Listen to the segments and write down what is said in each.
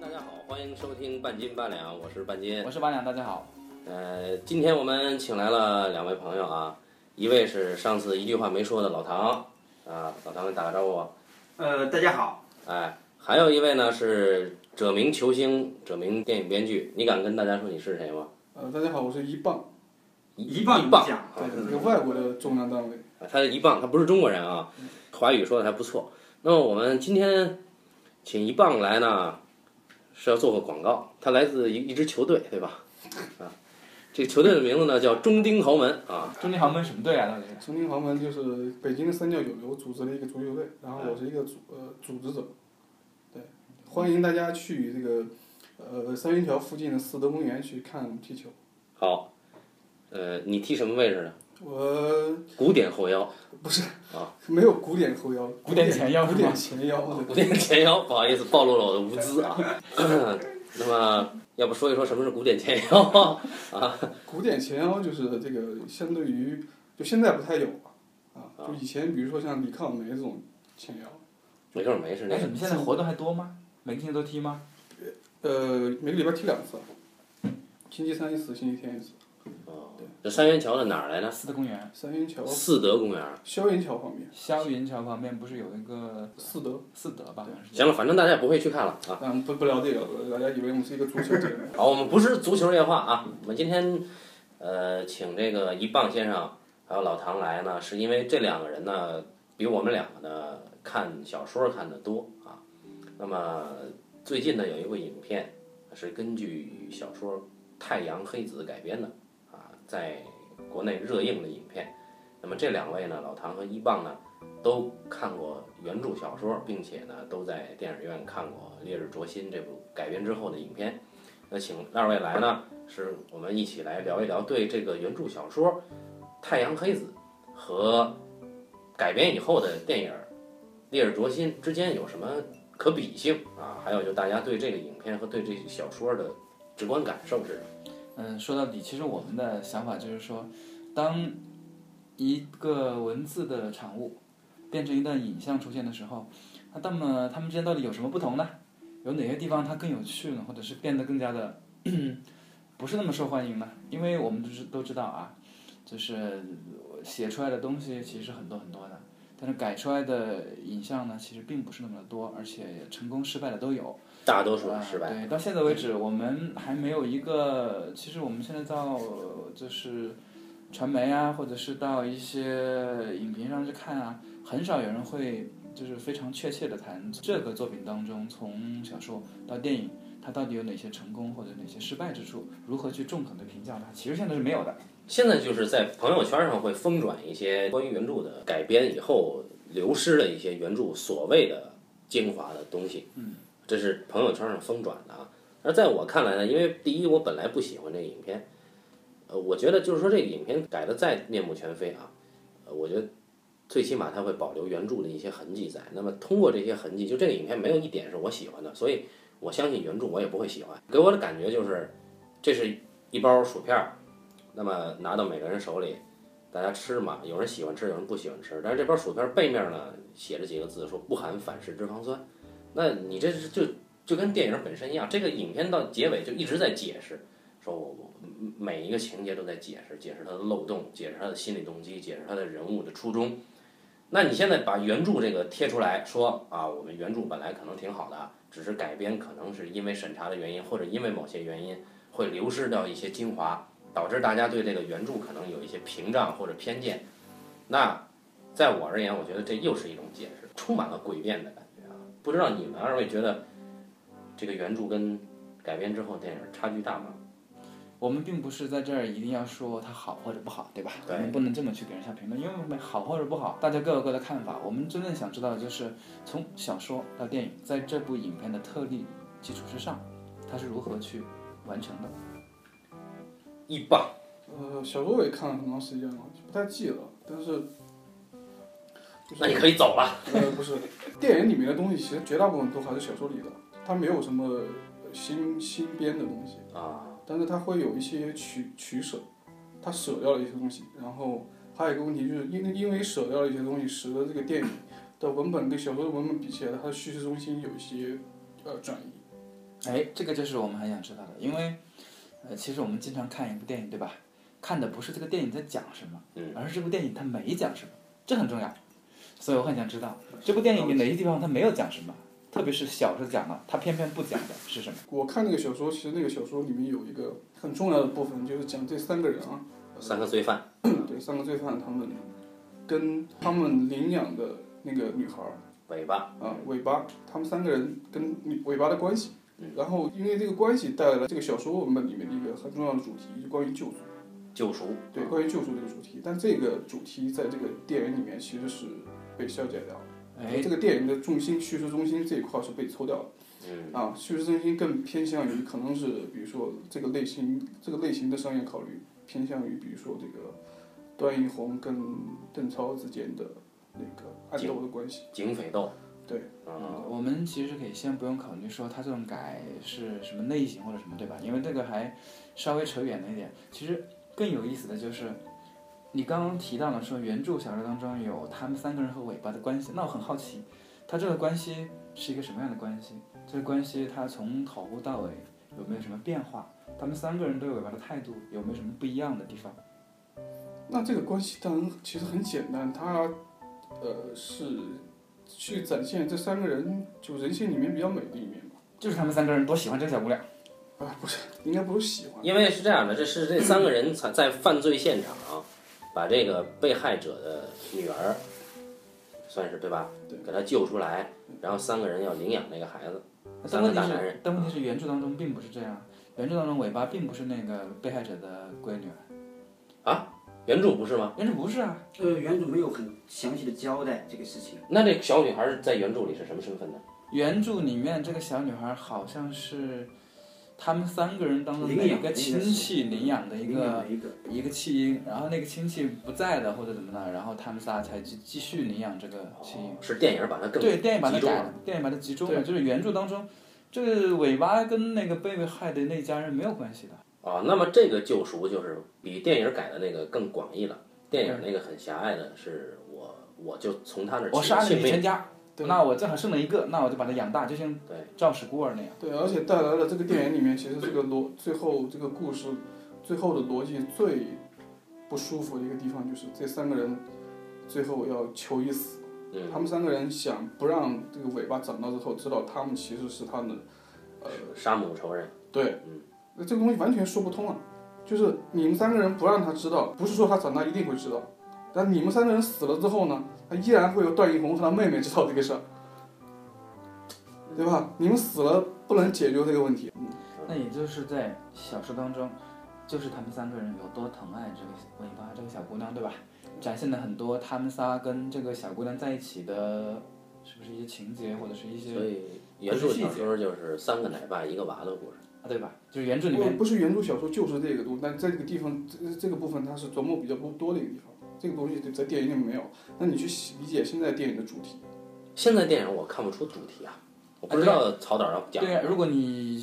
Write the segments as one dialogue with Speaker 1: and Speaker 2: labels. Speaker 1: 大家好，欢迎收听半斤八两，我是半斤
Speaker 2: 我。是八两，大家好。
Speaker 1: 呃，今天我们请来了两位朋友啊，一位是上次一句话没说的老唐啊，老唐跟打个招呼吧。
Speaker 3: 呃，大家好，
Speaker 1: 哎，还有一位呢是者明球星，者明电影编剧，你敢跟大家说你是谁吗？
Speaker 4: 呃，大家好，我是一棒，
Speaker 3: 一
Speaker 1: 棒
Speaker 3: 棒
Speaker 1: 一
Speaker 3: 一
Speaker 1: 棒
Speaker 3: 奖，
Speaker 4: 对，一个外国的重量单位。
Speaker 1: 啊，他一棒，他不是中国人啊，华语说的还不错。那么我们今天请一棒来呢，是要做个广告，他来自一一支球队，对吧？啊，这个球队的名字呢叫中丁豪门啊，
Speaker 2: 中间豪门什么队啊？到底是？
Speaker 4: 中丁豪门就是北京的三教九流组织了一个足球队，然后我是一个组呃组织者，对，欢迎大家去这个呃三元桥附近的四德公园去看踢球。
Speaker 1: 好，呃，你踢什么位置呢？
Speaker 4: 我
Speaker 1: 古典后腰，
Speaker 4: 没有古典后腰，
Speaker 2: 古典前腰是
Speaker 4: 古
Speaker 2: 吗
Speaker 4: 典前腰，对
Speaker 1: 古典前腰，不好意思，暴露了我的无知啊。 那么，要不说一说什么是古典前腰啊？
Speaker 4: 古典前腰就是这个相对于就现在不太有了啊，就以前比如说像李康梅这种前腰，
Speaker 1: 没事儿没事儿，那
Speaker 2: 哎，
Speaker 1: 个
Speaker 2: 你们现在活动还多吗？每个星期都踢吗？
Speaker 4: 呃，每个礼拜踢两次，星期三一次，星期天一次。
Speaker 1: 哦这三元桥的哪儿来呢？
Speaker 2: 四大公园，
Speaker 4: 三元桥、
Speaker 1: 四德公园。
Speaker 4: 霄云桥旁边，
Speaker 2: 霄云桥旁边不是有一个
Speaker 4: 四德。
Speaker 2: 四德吧？好像是
Speaker 1: 行了，反正大家也不会去看了啊。
Speaker 4: 嗯，不不聊这个了，大家以为我们是一个足球节 目。
Speaker 1: 好，我们不是足球夜话啊，我们今天呃请这个一棒先生还有老唐来呢，是因为这两个人呢比我们两个呢看小说看的多啊。那么最近呢有一部影片是根据小说《太阳黑子》改编的啊，在国内热映的影片。那么这两位呢，老唐和一棒呢都看过原著小说，并且呢都在电影院看过《烈日灼心》这部改编之后的影片。那请二位来呢，是我们一起来聊一聊对这个原著小说《太阳黑子》和改编以后的电影《烈日灼心》之间有什么可比性啊？还有就大家对这个影片和对这小说的直观感受是什么？
Speaker 2: 嗯，说到底，其实我们的想法就是说，当一个文字的产物变成一段影像出现的时候，那那么它们之间到底有什么不同呢？有哪些地方它更有趣呢？或者是变得更加的不是那么受欢迎呢？因为我们都知都知道啊，就是写出来的东西其实很多很多的，但是改出来的影像呢，其实并不是那么的多，而且成功失败的都有。
Speaker 1: 大多数是失败。
Speaker 2: 啊
Speaker 1: 嗯
Speaker 2: 对，到现在为止，我们还没有一个。其实我们现在到呃就是传媒啊，或者是到一些影评上去看啊，很少有人会就是非常确切的谈这个作品当中，从小说到电影，它到底有哪些成功或者哪些失败之处，如何去中肯的评价它，其实现在是没有的。
Speaker 1: 现在就是在朋友圈上会疯转一些关于原著的改编以后流失的一些原著所谓的精华的东西，嗯，这是朋友圈上疯转的啊。而在我看来呢，因为第一我本来不喜欢这个影片，呃，我觉得就是说这个影片改的再面目全非啊，呃，我觉得最起码它会保留原著的一些痕迹在。那么通过这些痕迹，就这个影片没有一点是我喜欢的，所以我相信原著我也不会喜欢。给我的感觉就是，这是一包薯片儿。那么拿到每个人手里，大家吃嘛，有人喜欢吃，有人不喜欢吃。但是这包薯片背面呢写着几个字，说不含反式脂肪酸。那你这是就就跟电影本身一样，这个影片到结尾就一直在解释，说我我嗯每一个情节都在解释，解释它的漏洞，解释它的心理动机，解释它的人物的初衷。那你现在把原著这个贴出来说啊，我们原著本来可能挺好的，只是改编可能是因为审查的原因，或者因为某些原因会流失掉一些精华。导致大家对这个原著可能有一些屏障或者偏见。那在我而言，我觉得这又是一种解释，充满了诡辩的感觉啊！不知道你们二位觉得这个原著跟改编之后电影差距大吗？
Speaker 2: 我们并不是在这儿一定要说它好或者不好，对吧？
Speaker 1: 对
Speaker 2: 我们不能这么去给人下评论，因为我们好或者不好，大家各有各的看法。我们真正想知道的就是从小说到电影，在这部影片的特例基础之上，它是如何去完成的。
Speaker 1: 一棒，
Speaker 4: 呃，小说我也看了很长时间了，就不太记得了，但是就是
Speaker 1: 那你可以走了。
Speaker 4: 呃不是， 电影里面的东西其实绝大部分都还是小说里的，它没有什么呃新新编的东西，
Speaker 1: 啊，
Speaker 4: 但是它会有一些取取舍，它舍掉了一些东西，然后还有一个问题就是因因为舍掉了一些东西，使得这个电影的文本跟小说的文本比起来，它的叙事中心有一些呃转移。
Speaker 2: 哎，这个就是我们很想知道的，因为，呃，其实我们经常看一部电影，对吧？看的不是这个电影在讲什么，而是这部电影它没讲什么，这很重要。所以我很想知道这部电影里哪些地方它没有讲什么，特别是小说讲了，它偏偏不讲的是什么？
Speaker 4: 我看那个小说，其实那个小说里面有一个很重要的部分，就是讲这三个人啊，
Speaker 1: 三个罪犯，
Speaker 4: 对，三个罪犯他们跟他们领养的那个女孩儿
Speaker 1: 尾巴，
Speaker 4: 啊尾巴，他们三个人跟女尾巴的关系，然后因为这个关系带来了这个小说文本里面的一个很重要的主题，就关于救赎，
Speaker 1: 救赎，
Speaker 4: 对，关于救赎这个主题，但这个主题在这个电影里面其实是被消解掉了。
Speaker 2: 哎，
Speaker 4: 这个电影的重心叙事中心这一块是被抽掉的，
Speaker 1: 嗯
Speaker 4: 啊，叙事中心更偏向于可能是比如说这个类型这个类型的商业考虑，偏向于比如说这个段奕宏跟邓超之间的那个暗斗的关系，
Speaker 1: 警匪斗，
Speaker 4: 对，
Speaker 2: 嗯，我们其实可以先不用考虑说它这种改是什么类型或者什么，对吧？因为这个还稍微扯远了一点。其实更有意思的就是，你刚刚提到了说原著小说当中有他们三个人和尾巴的关系，那我很好奇，他这个关系是一个什么样的关系？这个关系它从头到尾有没有什么变化？他们三个人对尾巴的态度有没有什么不一样的地方？
Speaker 4: 那这个关系当然其实很简单，它呃是去展现这三个人就人性里面比较美的一面吧，
Speaker 2: 就是他们三个人多喜欢这个小姑娘。
Speaker 4: 啊不是，应该不是喜欢，
Speaker 1: 因为是这样的，这是这三个人才在犯罪现场、啊把这个被害者的女儿，算是对吧？
Speaker 4: 对
Speaker 1: 给她救出来，然后三个人要领养那个孩子，
Speaker 2: 但
Speaker 1: 三
Speaker 2: 问
Speaker 1: 个
Speaker 2: 题
Speaker 1: 大男人
Speaker 2: 是，但问题是原著当中并不是这样，原著当中尾巴并不是那个被害者的闺女，
Speaker 1: 原著不是吗？
Speaker 2: 原著不是啊，
Speaker 3: 呃，原主没有很详细的交代这个事情，
Speaker 1: 那这小女孩在原著里是什么身份呢？
Speaker 2: 原著里面这个小女孩好像是他们三个人当中的
Speaker 3: 领养
Speaker 2: 一个亲戚领养的一
Speaker 3: 领养
Speaker 2: 个
Speaker 3: 了一个
Speaker 2: 一个弃婴，然后那个亲戚不在了或者怎么的，然后他们仨才继继续领养这个弃婴。
Speaker 1: 是电影把它哦更
Speaker 2: 对，电影把它
Speaker 1: 集中
Speaker 2: 改
Speaker 1: 了，
Speaker 2: 了，电影把它集中了，就是原著当中，这个尾巴跟那个被害的那家人没有关系的。
Speaker 1: 啊。那么这个救赎就是比电影改的那个更广义了，电影那个很狭隘的是我我就从他那儿
Speaker 2: 嗯我
Speaker 1: 起
Speaker 2: 杀了
Speaker 1: 性
Speaker 2: 你
Speaker 1: 命，
Speaker 2: 全家，
Speaker 4: 对
Speaker 2: 那我正好剩了一个，那我就把它养大，就像
Speaker 1: 对
Speaker 2: 赵氏孤儿那样。
Speaker 4: 对，而且带来了这个电影里面，其实这个逻最后这个故事最后的逻辑最不舒服的一个地方，就是这三个人最后要求一死。
Speaker 1: 嗯，
Speaker 4: 他们三个人想不让这个尾巴长到之后知道他们其实是他们的，呃，
Speaker 1: 杀母仇人，
Speaker 4: 对，那这个东西完全说不通啊。就是你们三个人不让他知道，不是说他长大一定会知道，但你们三个人死了之后呢，他依然会有段奕宏和他妹妹知道这个事儿，对吧？你们死了不能解决这个问题，
Speaker 2: 那也就是在小说当中，就是他们三个人有多疼爱这个尾巴这个小姑娘，对吧？展现了很多他们仨跟这个小姑娘在一起的，是不是一些情节或者是一些
Speaker 1: 所以原著小说就是三个奶爸一个娃的故事。
Speaker 2: 啊，对吧？就是原著里
Speaker 4: 不
Speaker 2: 面
Speaker 4: 不是原著小说就是这个东西，但这个地方这这个部分它是琢磨比较不多的一个地方，这个东西在电影里面没有。那你去理解现在电影的主题，
Speaker 1: 现在电影我看不出主题啊，我不知道曹导要讲
Speaker 2: 对啊，如果你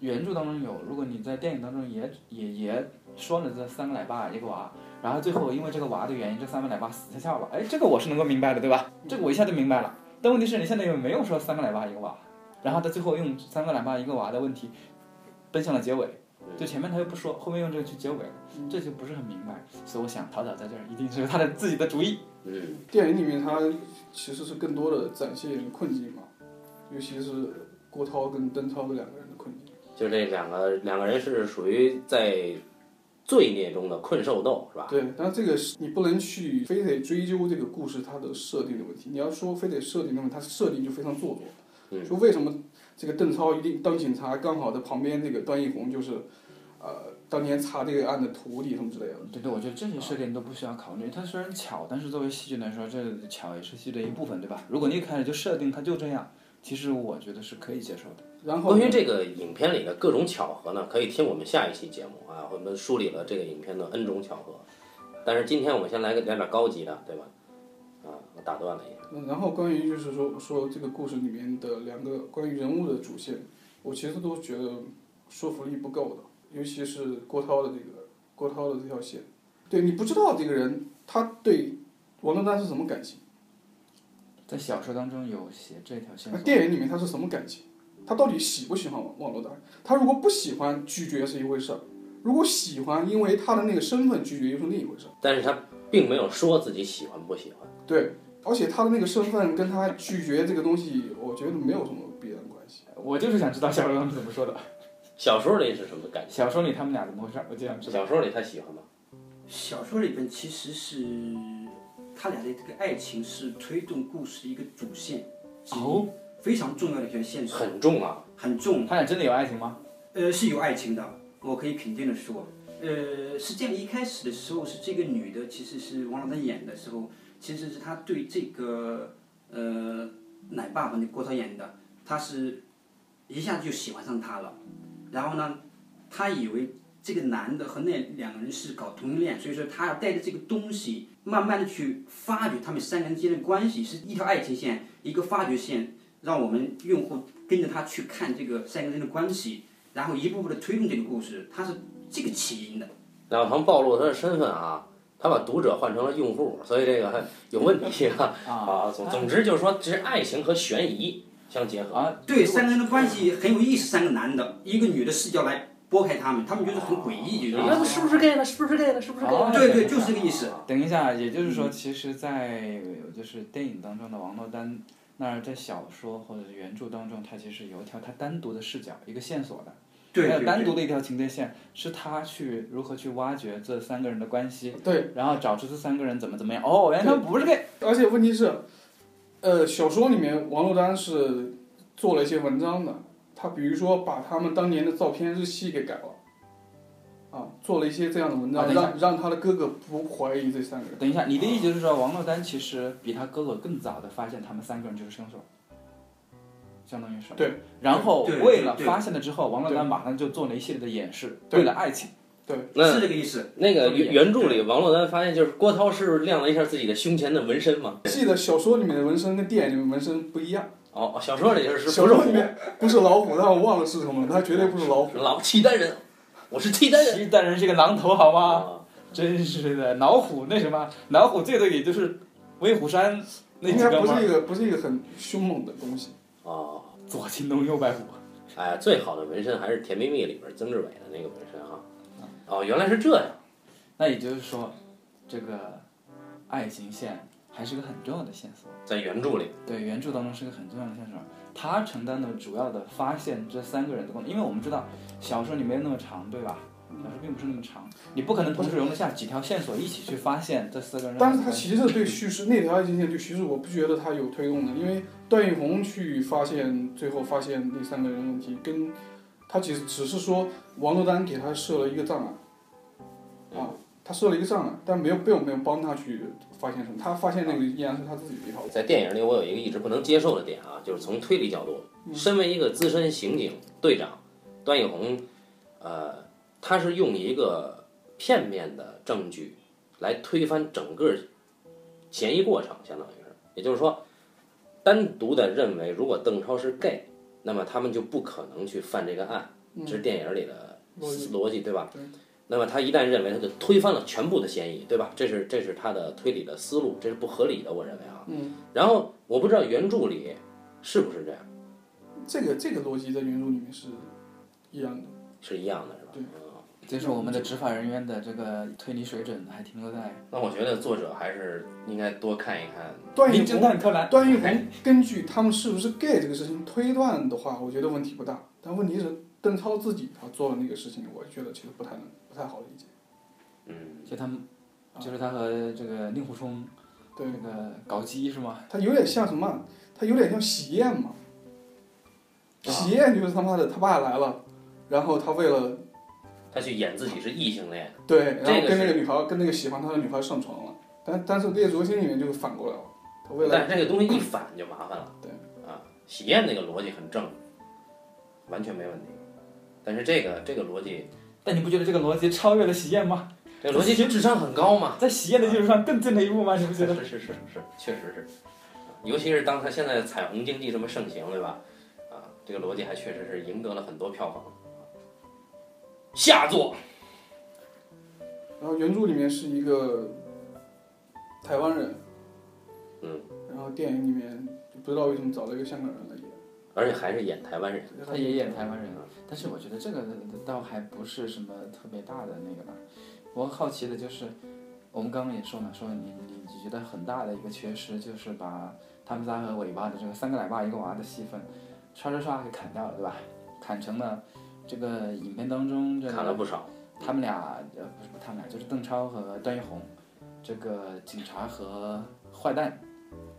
Speaker 2: 原著当中有，如果你在电影当中也也也说了这三个奶爸一个娃，然后最后因为这个娃的原因，这三个奶爸死翘翘了，哎，这个我是能够明白的，对吧？这个我一下就明白了。但问题是你现在有没有说三个奶爸一个娃？然后他最后用三个奶爸一个娃的问题奔向了结尾，就前面他又不说，后面用这个去结尾了，这就不是很明白。所以我想陶导在这儿一定是有他的自己的主意。
Speaker 1: 嗯，
Speaker 4: 电影里面它其实是更多的展现困境嘛，尤其是郭涛跟邓超这两个人的困境。
Speaker 1: 就这两个两个人是属于在罪孽中的困兽斗，是吧？
Speaker 4: 对，但这个是你不能去非得追究这个故事它的设定的问题。你要说非得设定的问题，它设定就非常做作。
Speaker 1: 嗯
Speaker 4: 就为什么这个邓超一定当警察，刚好在旁边这个段奕宏就是，呃，当年查这个案的徒弟什么之类的。
Speaker 2: 对对，我觉得这些设定都不需要考虑。它虽然巧，但是作为戏剧来说，这巧也是戏剧的一部分，对吧？如果你一开始就设定它就这样，其实我觉得是可以接受的。
Speaker 4: 然后
Speaker 1: 关于这个影片里的各种巧合呢，可以听我们下一期节目啊，我们梳理了这个影片的 N 种巧合。但是今天我们先来个来点高级的，对吧？啊，我打断了一下，
Speaker 4: 嗯，然后关于就是说说这个故事里面的两个关于人物的主线，我其实都觉得说服力不够的，尤其是郭涛的这个郭涛的这条线，对你不知道这个人他对王珞丹是什么感情，
Speaker 2: 在小说当中有写这条线索，
Speaker 4: 那电影里面他是什么感情，他到底喜不喜欢网网络打？他如果不喜欢，拒绝是一回事儿；如果喜欢，因为他的那个身份拒绝又是另一回事儿。
Speaker 1: 但是他并没有说自己喜欢不喜欢。
Speaker 4: 对，而且他的那个身份跟他拒绝这个东西，我觉得没有什么必然关系。
Speaker 2: 我就是想知道小说他们怎么说的。
Speaker 1: 小说里是什么感觉？
Speaker 2: 小说里他们俩怎么回事？我就想知道。
Speaker 1: 小说里他喜欢吗？
Speaker 3: 小说里边其实是他俩的这个爱情是推动故事的一个主线，是
Speaker 2: 哦，
Speaker 3: 非常重要的一条线索，
Speaker 1: 很重啊，
Speaker 3: 很重，
Speaker 2: 他俩真的有爱情吗？
Speaker 3: 呃，是有爱情的，我可以肯定的说，呃，是这样，一开始的时候是这个女的，其实是王珞丹演的时候，其实是她对这个呃奶爸吧，那郭涛演的，她是一下就喜欢上他了，然后呢，她以为这个男的和那两个人是搞同性恋，所以说她要带着这个东西，慢慢的去发掘他们三个人之间的关系，是一条爱情线，一个发掘线，让我们用户跟着她去看这个三个人的关系。然后一步步的推动这个故事，它是这个起因的。
Speaker 1: 老唐暴露他的身份啊，他把读者换成了用户，所以这个有问题 啊啊！总总之就是说，这是爱情和悬疑相结合。
Speaker 2: 啊，
Speaker 3: 对，三个人的关系很有意思，三个男的，一个女的视角来拨开他们，他们觉得很诡异，就是
Speaker 1: 那不哎是不是 gay 了？是不是 gay 了？是不是 gay 了？
Speaker 2: 哦
Speaker 3: 对对，就是这个意思。
Speaker 2: 等一下，也就是说，其实在，就是电影当中的王珞丹那儿，在小说或者是原著当中，她其实有一条她单独的视角，一个线索的，
Speaker 3: 对
Speaker 2: 还有
Speaker 3: 对
Speaker 2: 单
Speaker 3: 对，
Speaker 2: 独的一条情节线，是她去如何去挖掘这三个人的关系，
Speaker 4: 对，
Speaker 2: 然后找出这三个人怎么怎么样。哦，原来他们不是 gay。
Speaker 4: 而且问题是，呃，小说里面王珞丹是做了一些文章的，他比如说把他们当年的照片日期给改了，啊，做了一些这样的文
Speaker 2: 啊等一
Speaker 4: 章，
Speaker 2: 下
Speaker 4: 让让他的哥哥不怀疑这三个人。
Speaker 2: 等一下，你的意思就是说，王珞丹其实比她哥哥更早的发现他们三个人就是凶手，相当于是。
Speaker 4: 对。
Speaker 2: 然后
Speaker 3: 对对
Speaker 2: 为了
Speaker 3: 对
Speaker 2: 发现了之后，王珞丹马上就做了一系列的掩饰，为了爱情。
Speaker 1: 那
Speaker 3: 是这个意思。
Speaker 1: 那个原原著里，王珞丹发现就是郭涛是亮了一下自己的胸前的纹身嘛。
Speaker 4: 记得小说里面的纹身跟电影里面纹身不一样，
Speaker 1: 哦，小说里就是
Speaker 4: 小
Speaker 1: 不是
Speaker 4: 说
Speaker 1: 虎
Speaker 4: 里，面不是老虎，但我忘了是什么了，他绝对不是老虎。
Speaker 1: 老契丹人，我是契丹人
Speaker 2: 契丹人是个狼头，好吗？
Speaker 1: 啊！
Speaker 2: 真是的，老虎那什么，老虎最多也就是威虎山那
Speaker 4: 应
Speaker 2: 几
Speaker 4: 该
Speaker 2: 个
Speaker 4: 不
Speaker 2: 嘛
Speaker 4: 是，一个不是一个很凶猛的东西，
Speaker 1: 哦，
Speaker 2: 左青龙右白虎。
Speaker 1: 哎呀，最好的纹身还是《甜蜜蜜》里边曾志伟的那个纹身哈。哦，原来是这样。
Speaker 2: 那也就是说，这个爱情线还是个很重要的线索。
Speaker 1: 在原著里，
Speaker 2: 对，原著当中是个很重要的线索，他承担了主要的发现这三个人的功能，因为我们知道小说里没有那么长，对吧？小说并不是那么长，你不可能同时容得下几条线索一起去发现这四个人的关
Speaker 4: 但
Speaker 2: 系。
Speaker 4: 是他其实对叙事那条爱情线对叙事我不觉得他有推动的，因为段奕宏去发现最后发现那三个人的问题，跟他其实只是说王珞丹给他设了一个障碍，啊，他设了一个障碍，但没有并没有帮他去发现什么，他发现那个依然是他自己的一套。
Speaker 1: 在电影里，我有一个一直不能接受的点啊，就是从推理角度，
Speaker 4: 嗯
Speaker 1: 身为一个资深刑警队长，段奕宏，呃，他是用一个片面的证据来推翻整个嫌疑过程，相当于是，也就是说，单独的认为如果邓超是 gay，那么他们就不可能去犯这个案，这是电影里的
Speaker 4: 嗯逻辑
Speaker 1: 逻辑，对吧？
Speaker 4: 对
Speaker 1: 那么他一旦认为，他就推翻了全部的嫌疑，对吧？这是这是他的推理的思路，这是不合理的，我认为啊。
Speaker 4: 嗯。
Speaker 1: 然后我不知道原著里是不是这样，
Speaker 4: 这个这个逻辑在原著里面是一样的。
Speaker 1: 是一样的，是吧？
Speaker 4: 对
Speaker 1: 嗯
Speaker 2: 就是我们的执法人员的这个推理水准还停留在
Speaker 1: 那我觉得作者还是应该多看一看。
Speaker 4: 段
Speaker 2: 名
Speaker 4: 奕
Speaker 2: 侦
Speaker 4: 宏
Speaker 2: 探柯南。
Speaker 4: 段奕宏根据他们是不是 gay 这个事情推断的话，我觉得问题不大。但问题是邓超自己他做的那个事情，我觉得其实不太能不太好理解。
Speaker 1: 嗯，
Speaker 2: 就他们，就是他和这个令狐冲
Speaker 4: 对
Speaker 2: 那，个搞基是吗？
Speaker 4: 他有点像什么？他有点像喜宴嘛。
Speaker 1: 啊
Speaker 4: 喜宴就是他妈的他爸来了，然后他为了
Speaker 1: 他去演自己是异性恋，
Speaker 4: 对，
Speaker 1: 这
Speaker 4: 然
Speaker 1: 个
Speaker 4: 后跟那
Speaker 1: 是
Speaker 4: 个女孩跟那个喜欢他的女孩上床了。但但是《烈灼心》里面就是反过来了，他为了
Speaker 1: 但是这个东西一反就麻烦了。
Speaker 4: 对
Speaker 1: 啊，喜宴那个逻辑很正，完全没问题。但是这个这个逻辑，
Speaker 2: 但你不觉得这个逻辑超越了喜宴吗？
Speaker 1: 这个逻辑智商很高嘛？
Speaker 2: 在喜宴的基础上更进了一步吗？你不觉
Speaker 1: 是
Speaker 2: 得？
Speaker 1: 是是是是，确实是，尤其是当他现在彩虹经济这么盛行，对吧？啊，这个逻辑还确实是赢得了很多票房。下作，
Speaker 4: 然后原著里面是一个台湾人，
Speaker 1: 嗯，
Speaker 4: 然后电影里面就不知道为什么找了一个香港人来演，
Speaker 1: 而且还是演台湾人。
Speaker 2: 他也演台湾人，啊但是我觉得这个倒还不是什么特别大的那个吧。我好奇的就是，我们刚刚也说嘛，说你你你觉得很大的一个缺失就是把他们仨和尾巴的这个三个奶爸一个娃的戏份，刷刷刷给砍掉了，对吧？砍成了这个影片当中这个
Speaker 1: 砍了不少，
Speaker 2: 他们俩呃不是不是他们俩，就是邓超和段奕宏，这个警察和坏蛋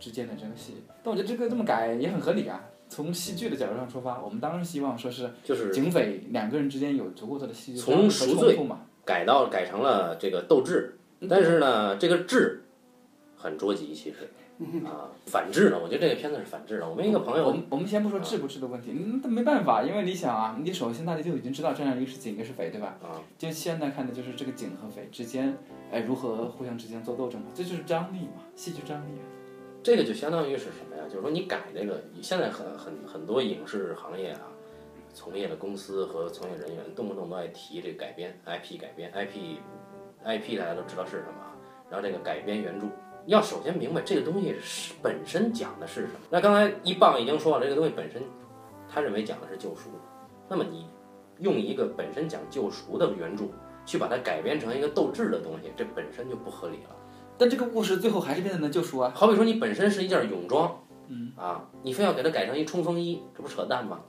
Speaker 2: 之间的这个戏。但我觉得这个这么改也很合理啊。从戏剧的角度上出发，我们当然希望说是
Speaker 1: 就是
Speaker 2: 警匪两个人之间有足够的戏剧
Speaker 1: 从
Speaker 2: 张力和
Speaker 1: 赎
Speaker 2: 冲
Speaker 1: 罪
Speaker 2: 突嘛。
Speaker 1: 改到改成了这个斗智，但是呢，这个智很捉急，其实啊，反智呢，我觉得这个片子是反智的。我们一个朋
Speaker 2: 我
Speaker 1: 友，
Speaker 2: 们我们先不说治不治的问题，嗯，但没办法，因为你想啊，你首先大家就已经知道这样一个是警，一个是匪，对吧？
Speaker 1: 啊，
Speaker 2: 就现在看的就是这个警和匪之间，哎，如何互相之间做斗争嘛，这就是张力嘛，戏剧张力啊。
Speaker 1: 这个就相当于是什么呀？就是说你改这个，现在很很很多影视行业啊，从业的公司和从业人员动不动都爱提这个改编 IP 改编 IP IP，大家都知道是什么啊。然后这个改编原著，要首先明白这个东西是本身讲的是什么。那刚才一棒已经说了，这个东西本身他认为讲的是救赎，那么你用一个本身讲救赎的原著去把它改编成一个斗智的东西，这本身就不合理了。
Speaker 2: 但这个故事最后还是变成了救赎啊。
Speaker 1: 好比说你本身是一件泳装，嗯啊，你非要给它改成一冲锋衣，这不扯淡吗？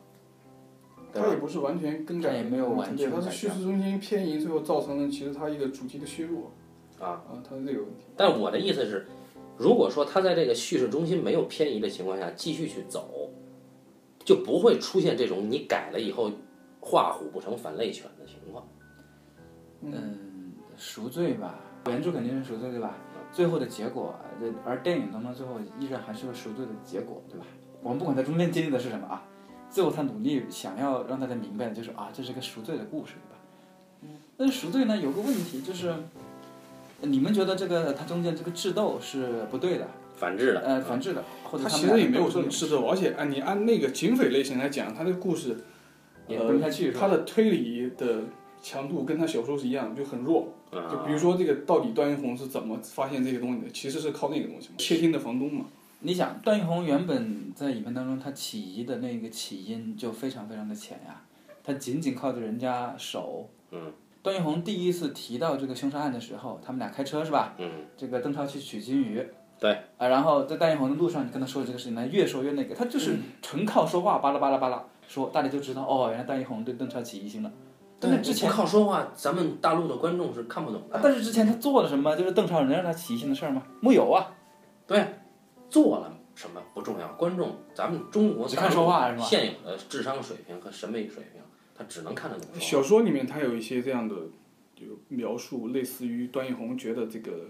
Speaker 1: 对
Speaker 4: 它也
Speaker 2: 嗯
Speaker 1: 吧？
Speaker 4: 不是完全更
Speaker 2: 它
Speaker 4: 改，
Speaker 2: 也没有完全
Speaker 4: 对，它
Speaker 2: 改
Speaker 4: 是叙事中心偏移，最后造成了其实它一个主题的削弱。
Speaker 1: 啊
Speaker 4: 啊，它是这个问题。
Speaker 1: 但我的意思是，如果说他在这个叙事中心没有偏移的情况下继续去走，就不会出现这种你改了以后画虎不成反类犬的情况。
Speaker 2: 嗯，赎罪吧，原著肯定是赎罪对吧？最后的结果，呃而电影当中最后依然还是个赎罪的结果对吧？我们不管他中间经历的是什么啊，最后他努力想要让大家明白的就是啊，这是个赎罪的故事对吧？但是赎罪呢有个问题就是，呃你们觉得这个它中间这个智斗是不对的，
Speaker 1: 反制的，
Speaker 2: 呃，反制的，或者
Speaker 4: 它
Speaker 2: 他
Speaker 4: 其
Speaker 2: 们俩
Speaker 4: 实也没有
Speaker 2: 斗
Speaker 4: 说
Speaker 2: 智
Speaker 4: 制斗，而且按你按那个警匪类型来讲，它的故事呃
Speaker 2: 也分不下去是吧
Speaker 4: 它的推理的强度跟它小说是一样的，就很弱。
Speaker 1: 啊
Speaker 4: 就比如说这个到底段奕宏是怎么发现这个东西的，其实是靠那个东西嘛，窃听的房东嘛。
Speaker 2: 你想，段奕宏原本在影片当中，他起疑的那个起因就非常非常的浅呀、他仅仅靠着人家手。嗯。段奕宏第一次提到这个凶杀案的时候，他们俩开车是吧？
Speaker 1: 嗯。
Speaker 2: 这个邓超去取金鱼。
Speaker 1: 对。
Speaker 2: 啊，然后在段奕宏的路上，你跟他说这个事情，他越说越那个，他就是
Speaker 1: 嗯
Speaker 2: 纯靠说话，巴拉巴拉巴拉说，大家就知道哦，原来段奕宏对邓超起疑心了。但是之前
Speaker 1: 不靠说话，咱们大陆的观众是看不懂
Speaker 2: 啊
Speaker 1: 的。
Speaker 2: 但是之前他做了什么？就是邓超能让他起疑心的事儿吗？木有啊。
Speaker 1: 做了什么不重要，观众咱们中国
Speaker 2: 只看说话是吧
Speaker 1: 现有的智商水平和审美水平，他只能看得懂说话。
Speaker 4: 小说里面它有一些这样的就描述，类似于段奕宏觉得这个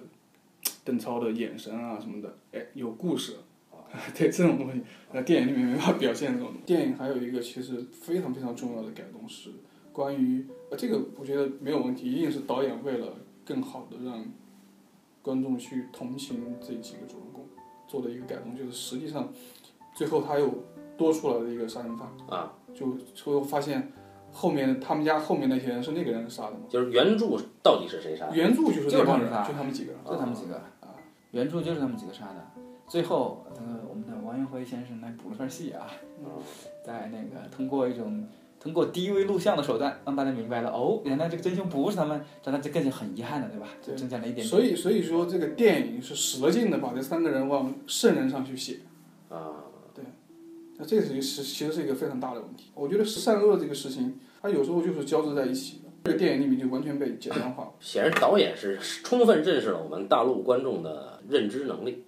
Speaker 4: 邓超的眼神啊什么的，哎，有故事。
Speaker 1: 哦
Speaker 4: 对这种东西，那电影里面没法表现这种东西。电影还有一个其实非常非常重要的改动是关于呃这个，我觉得没有问题，一定是导演为了更好的让观众去同情这几个主人公做的一个改动，就是实际上最后他又多出来了一个杀人犯
Speaker 1: 啊，
Speaker 4: 就最后发现后面他们家后面那些人是那个人杀的嘛，
Speaker 1: 就是原著到底是谁杀的？
Speaker 4: 原著就
Speaker 2: 就
Speaker 4: 是
Speaker 2: 是
Speaker 4: 那
Speaker 2: 他
Speaker 4: 帮
Speaker 2: 们
Speaker 4: 人，
Speaker 2: 仨
Speaker 4: 就他们几个人，
Speaker 2: 就他们几个，啊原著就是他们几个杀的。最后，呃，我们的王云辉先生来补了段戏啊，在那个通过一种通过低维录像的手段，让大家明白了哦，原来这个真凶不是他们，让大家更加很遗憾的，对吧？就
Speaker 4: 对
Speaker 2: 增加了一点点。
Speaker 4: 所以所以说这个电影是使了劲的把这三个人往圣人上去写。
Speaker 1: 啊，
Speaker 4: 那这个其实其实是一个非常大的问题。我觉得善恶这个事情，它有时候就是交织在一起的。这个电影里面就完全被简单化了。
Speaker 1: 显然导演是充分认识了我们大陆观众的认知能力，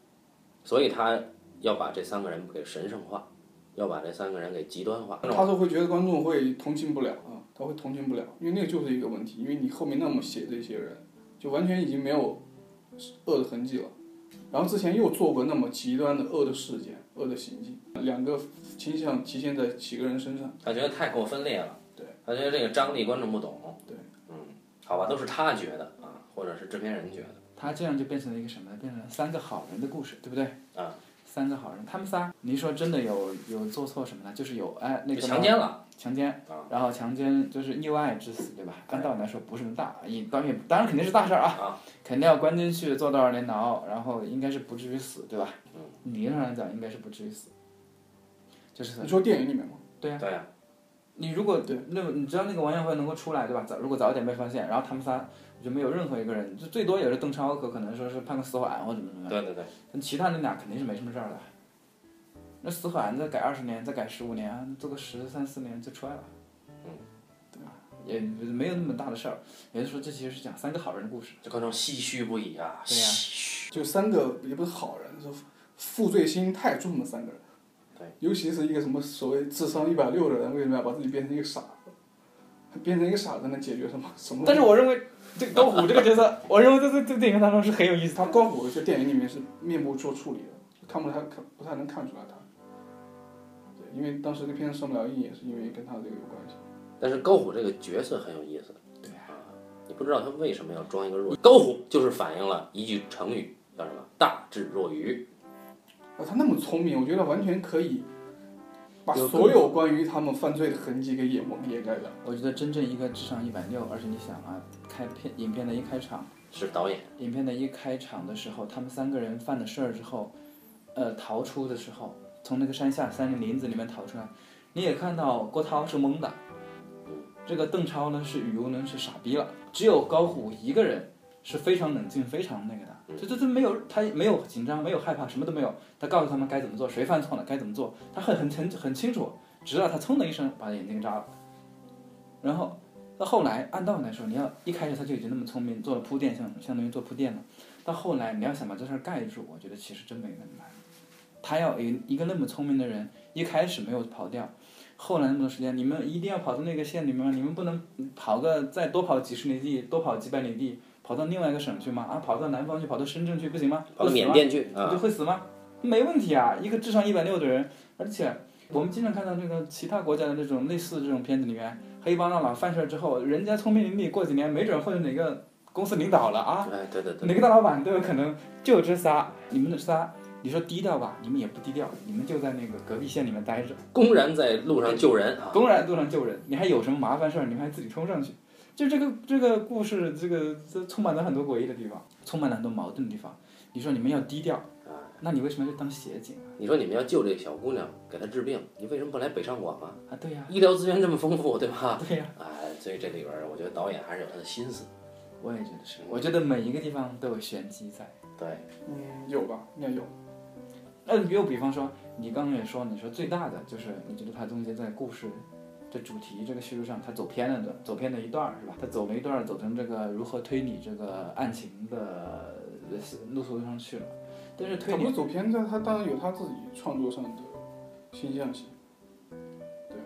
Speaker 1: 所以他要把这三个人给神圣化，要把这三个人给极端化。
Speaker 4: 啊他是会觉得观众会同情不了啊，他会同情不了，因为那个就是一个问题，因为你后面那么写这些人，就完全已经没有呃恶的痕迹了。然后之前又做过那么极端的恶的事件、恶的行径，两个倾向体现在几个人身上。
Speaker 1: 他觉得太过分裂了，
Speaker 4: 对，
Speaker 1: 他觉得这个张力观众不懂，
Speaker 4: 对，
Speaker 1: 嗯，好吧，都是他觉得啊，或者是制片人觉得，
Speaker 2: 他这样就变成了一个什么呢？变成了三个好人的故事，对不对？
Speaker 1: 啊。
Speaker 2: 三个好人，他们仨，你说真的有有做错什么呢？就是有哎那个
Speaker 1: 就强奸了，
Speaker 2: 强奸，然后强奸就是意外致死，啊对吧？按道理来说不是什么大，也当然也当然肯定是大事儿啊，肯定要关进去坐多少年嗯牢，然后应该是不至于死，对吧？理论上来讲应该是不至于死，就是
Speaker 4: 你说电影里面吗？
Speaker 2: 对啊呀、
Speaker 1: 对呀、
Speaker 2: 你如果
Speaker 4: 对
Speaker 2: 那么你知道那个王彦辉能够出来对吧？早如果早一点被发现，然后他们仨，我觉得没有任何一个人，就最多也是邓超可可能说是判个死缓或者怎么怎么样，
Speaker 1: 对对对，
Speaker 2: 但其他那俩肯定是没什么事儿的。那死缓再改二十年，再改十五年，做个十三四年就出来了，
Speaker 1: 嗯，
Speaker 2: 对吧？也没有那么大的事儿，也就是说这其实是讲三个好人的故事。
Speaker 1: 这观众唏嘘不已啊，
Speaker 2: 对呀
Speaker 1: 唏嘘。
Speaker 4: 就三个也不是好人，是负罪心太重的三个人。
Speaker 1: 对。
Speaker 4: 尤其是一个什么所谓智商一百六的人，为什么要把自己变成一个傻子？变成一个傻子能解决什么什么？
Speaker 2: 但是我认为这个高虎这个角色，我认为在这这电影当中是很有意思的。
Speaker 4: 他光我在电影里面是面部做处理的，看不太看不太能看出来他。对，因为当时这片子上不了映，也是因为跟他这个有关系。
Speaker 1: 但是高虎这个角色很有意思，
Speaker 2: 对呀
Speaker 1: 啊，你不知道他为什么要装一个弱。高虎就是反映了一句成语，叫什么“大智若愚
Speaker 4: 啊，他那么聪明，我觉得完全可以把
Speaker 2: 有
Speaker 4: 所有关于他们犯罪的痕迹给掩蒙掩盖掉。
Speaker 2: 我觉得真正一个智商一百六，而且你想啊，开片影片的一开场，”，
Speaker 1: 是导演
Speaker 2: 影片的一开场的时候，他们三个人犯了事儿之后，呃，逃出的时候，从那个山下山林林子里面逃出来，你也看到郭涛是懵的，这个邓超呢是语无伦次傻逼了，只有高虎一个人是非常冷静、非常那个的，就就就没有他没有紧张，没有害怕，什么都没有，他告诉他们该怎么做，谁犯错了该怎么做，他很很很很清楚，直到他噌的一声把眼睛扎了，然后。到后来，按道理来说，你要一开始他就已经那么聪明，做了铺垫，相相当于做铺垫了。到后来，你要想把这事儿盖住，我觉得其实真没那么难。他要一一个那么聪明的人，一开始没有跑掉，后来那么多时间，你们一定要跑到那个县里面吗，你们不能跑个再多跑几十里地，多跑几百里地，跑到另外一个省去吗？啊，跑到南方去，跑到深圳去不行吗？
Speaker 1: 跑
Speaker 2: 不
Speaker 1: 到
Speaker 2: 行
Speaker 1: 缅
Speaker 2: 吗
Speaker 1: 甸去
Speaker 2: 你
Speaker 1: 啊，
Speaker 2: 就会死吗？没问题啊，一个智商一百六的人，而且我们经常看到这个其他国家的这种类似这种片子里面，黑帮大佬犯事儿之后，人家聪明伶俐，过几年没准混哪个公司领导了啊，
Speaker 1: 哎，对对对，
Speaker 2: 哪个大老板都有可能。就有这仨，你们这仨，你说低调吧，你们也不低调，你们就在那个隔壁县里面待着，
Speaker 1: 公然在路上救人啊，
Speaker 2: 公然路上救人，你还有什么麻烦事儿，你们还自己冲上去。就这个这个故事，这个这充满了很多诡异的地方，充满了很多矛盾的地方。你说你们要低调，那你为什么要去当协警？啊
Speaker 1: 你说你们要救这个小姑娘，给她治病，你为什么不来北上广啊？
Speaker 2: 啊，对呀、
Speaker 1: 医疗资源这么丰富，对吧？
Speaker 2: 啊对呀、
Speaker 1: 哎，所以这里边儿我觉得导演还是有他的心思。
Speaker 2: 我也觉得是。我觉得每一个地方都有玄机在。
Speaker 1: 对，
Speaker 4: 嗯，有吧，应该有。
Speaker 2: 那又比方说，你刚刚也说，你说最大的就是你觉得它中间在故事、这主题、这个叙述上，它走偏了的，走偏了一段儿是吧？它走了一段，儿，走成这个如何推理这个案情的呃路途上去了。但是推
Speaker 4: 他不
Speaker 2: 理
Speaker 4: 是走偏的，他当然有他自己创作上的新鲜性，对，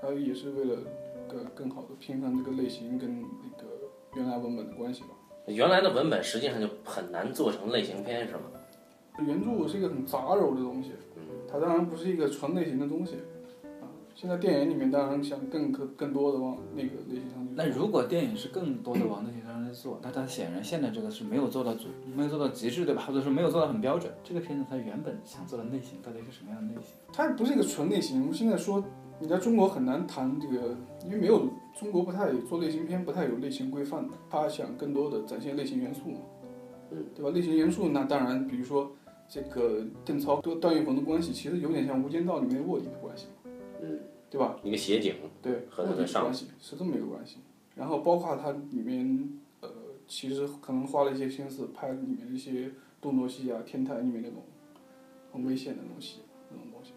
Speaker 4: 还有也是为了更更好的平衡这个类型跟那个原来文本的关系吧。
Speaker 1: 原来的文本实际上就很难做成类型片，是吗？
Speaker 4: 原著是一个很杂糅的东西，
Speaker 1: 嗯，
Speaker 4: 它当然不是一个纯类型的东西，啊，现在电影里面当然想更更更多的往那个类型上去。
Speaker 2: 那如果电影是更多的往那些方面做，那它显然现在这个是没有做到足，没有做到极致，对吧？或者说没有做到很标准。这个片子它原本想做的类型到底是什么样的类型？
Speaker 4: 它不是一个纯类型。我们现在说，你在中国很难谈这个，因为没有中国不太做类型片，不太有类型规范的。他想更多的展现类型元素嘛，
Speaker 1: 嗯，
Speaker 4: 对吧？类型元素那当然，比如说这个邓超跟段奕宏的关系，其实有点像《无间道》里面的卧底的关系，
Speaker 1: 嗯，
Speaker 4: 对吧？
Speaker 1: 一个协警，
Speaker 4: 对，
Speaker 1: 和
Speaker 4: 卧
Speaker 1: 他的
Speaker 4: 底
Speaker 1: 上
Speaker 4: 关系是这么一个关系。然后包括它里面呃，其实可能花了一些心思拍里面一些动作戏啊，天台里面那种很危险的那种戏，那种东西。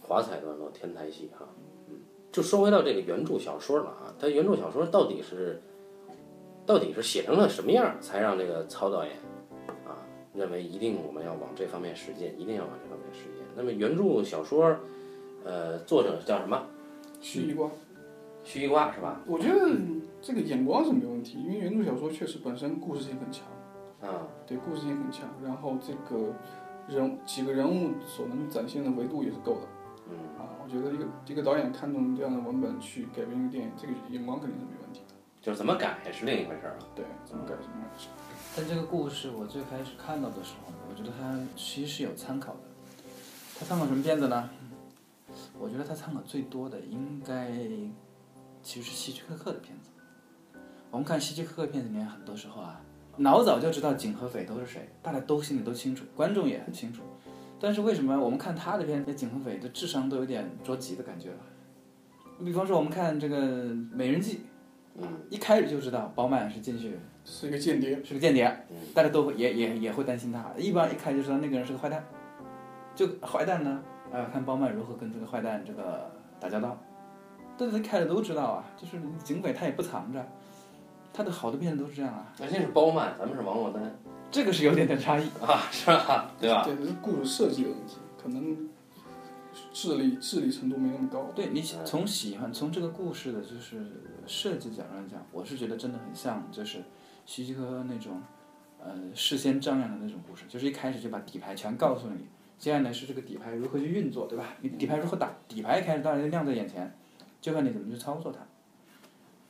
Speaker 1: 华彩段落天台戏哈，嗯，就说回到这个原著小说了啊，它原著小说到底是到底是写成了什么样儿，才让这个曹导演啊认为一定我们要往这方面实践，一定要往这方面实践。那么原著小说，呃，作者叫什么？
Speaker 4: 西瓜，
Speaker 1: 徐一瓜是吧？
Speaker 4: 我觉得这个眼光是没问题，因为原著小说确实本身故事性很强，
Speaker 1: 啊，
Speaker 4: 对，故事性很强，然后这个人几个人物所能展现的维度也是够的。
Speaker 1: 嗯，
Speaker 4: 啊，我觉得一个一个导演看中这样的文本去改编一个电影，这个眼光肯定是没问题的。
Speaker 1: 就是怎么改是另一回事儿啊了。
Speaker 4: 对，怎么改怎么改。
Speaker 2: 但这个故事我最开始看到的时候，我觉得它其实是有参考的。它参考什么片子呢？我觉得它参考最多的应该其实是希区柯克的片子。我们看希区柯克片子里面，很多时候啊，老早就知道警和匪都是谁，大家都心里都清楚，观众也很清楚。但是为什么我们看他的片，那景和斐的智商都有点捉急的感觉了？比方说我们看这个《美人计》，
Speaker 1: 嗯，
Speaker 2: 一开始就知道饱满是进去
Speaker 4: 是一个间谍，
Speaker 2: 是个间谍
Speaker 1: 嗯，
Speaker 2: 大家都会也也也会担心他。一般一开始就知道那个人是个坏蛋，就坏蛋呢，呃，看包曼如何跟这个坏蛋这个打交道。但是一开始都知道啊，就是警匪他也不藏着，他的好多片子都是这样啊，
Speaker 1: 那这是包曼，咱们是王珞丹
Speaker 2: 这个是有点点差异。
Speaker 1: 啊，是吧？对吧？
Speaker 4: 对，这是故事设计的问题，可能智力智力程度没那么高。
Speaker 2: 对你从喜欢从这个故事的就是设计角度来讲，我是觉得真的很像就是希区柯克那种，呃，事先张扬的那种故事，就是一开始就把底牌全告诉你，接下来是这个底牌如何去运作，对吧？你底牌如何打，底牌一开始当然就亮在眼前，就看你怎么去操作它。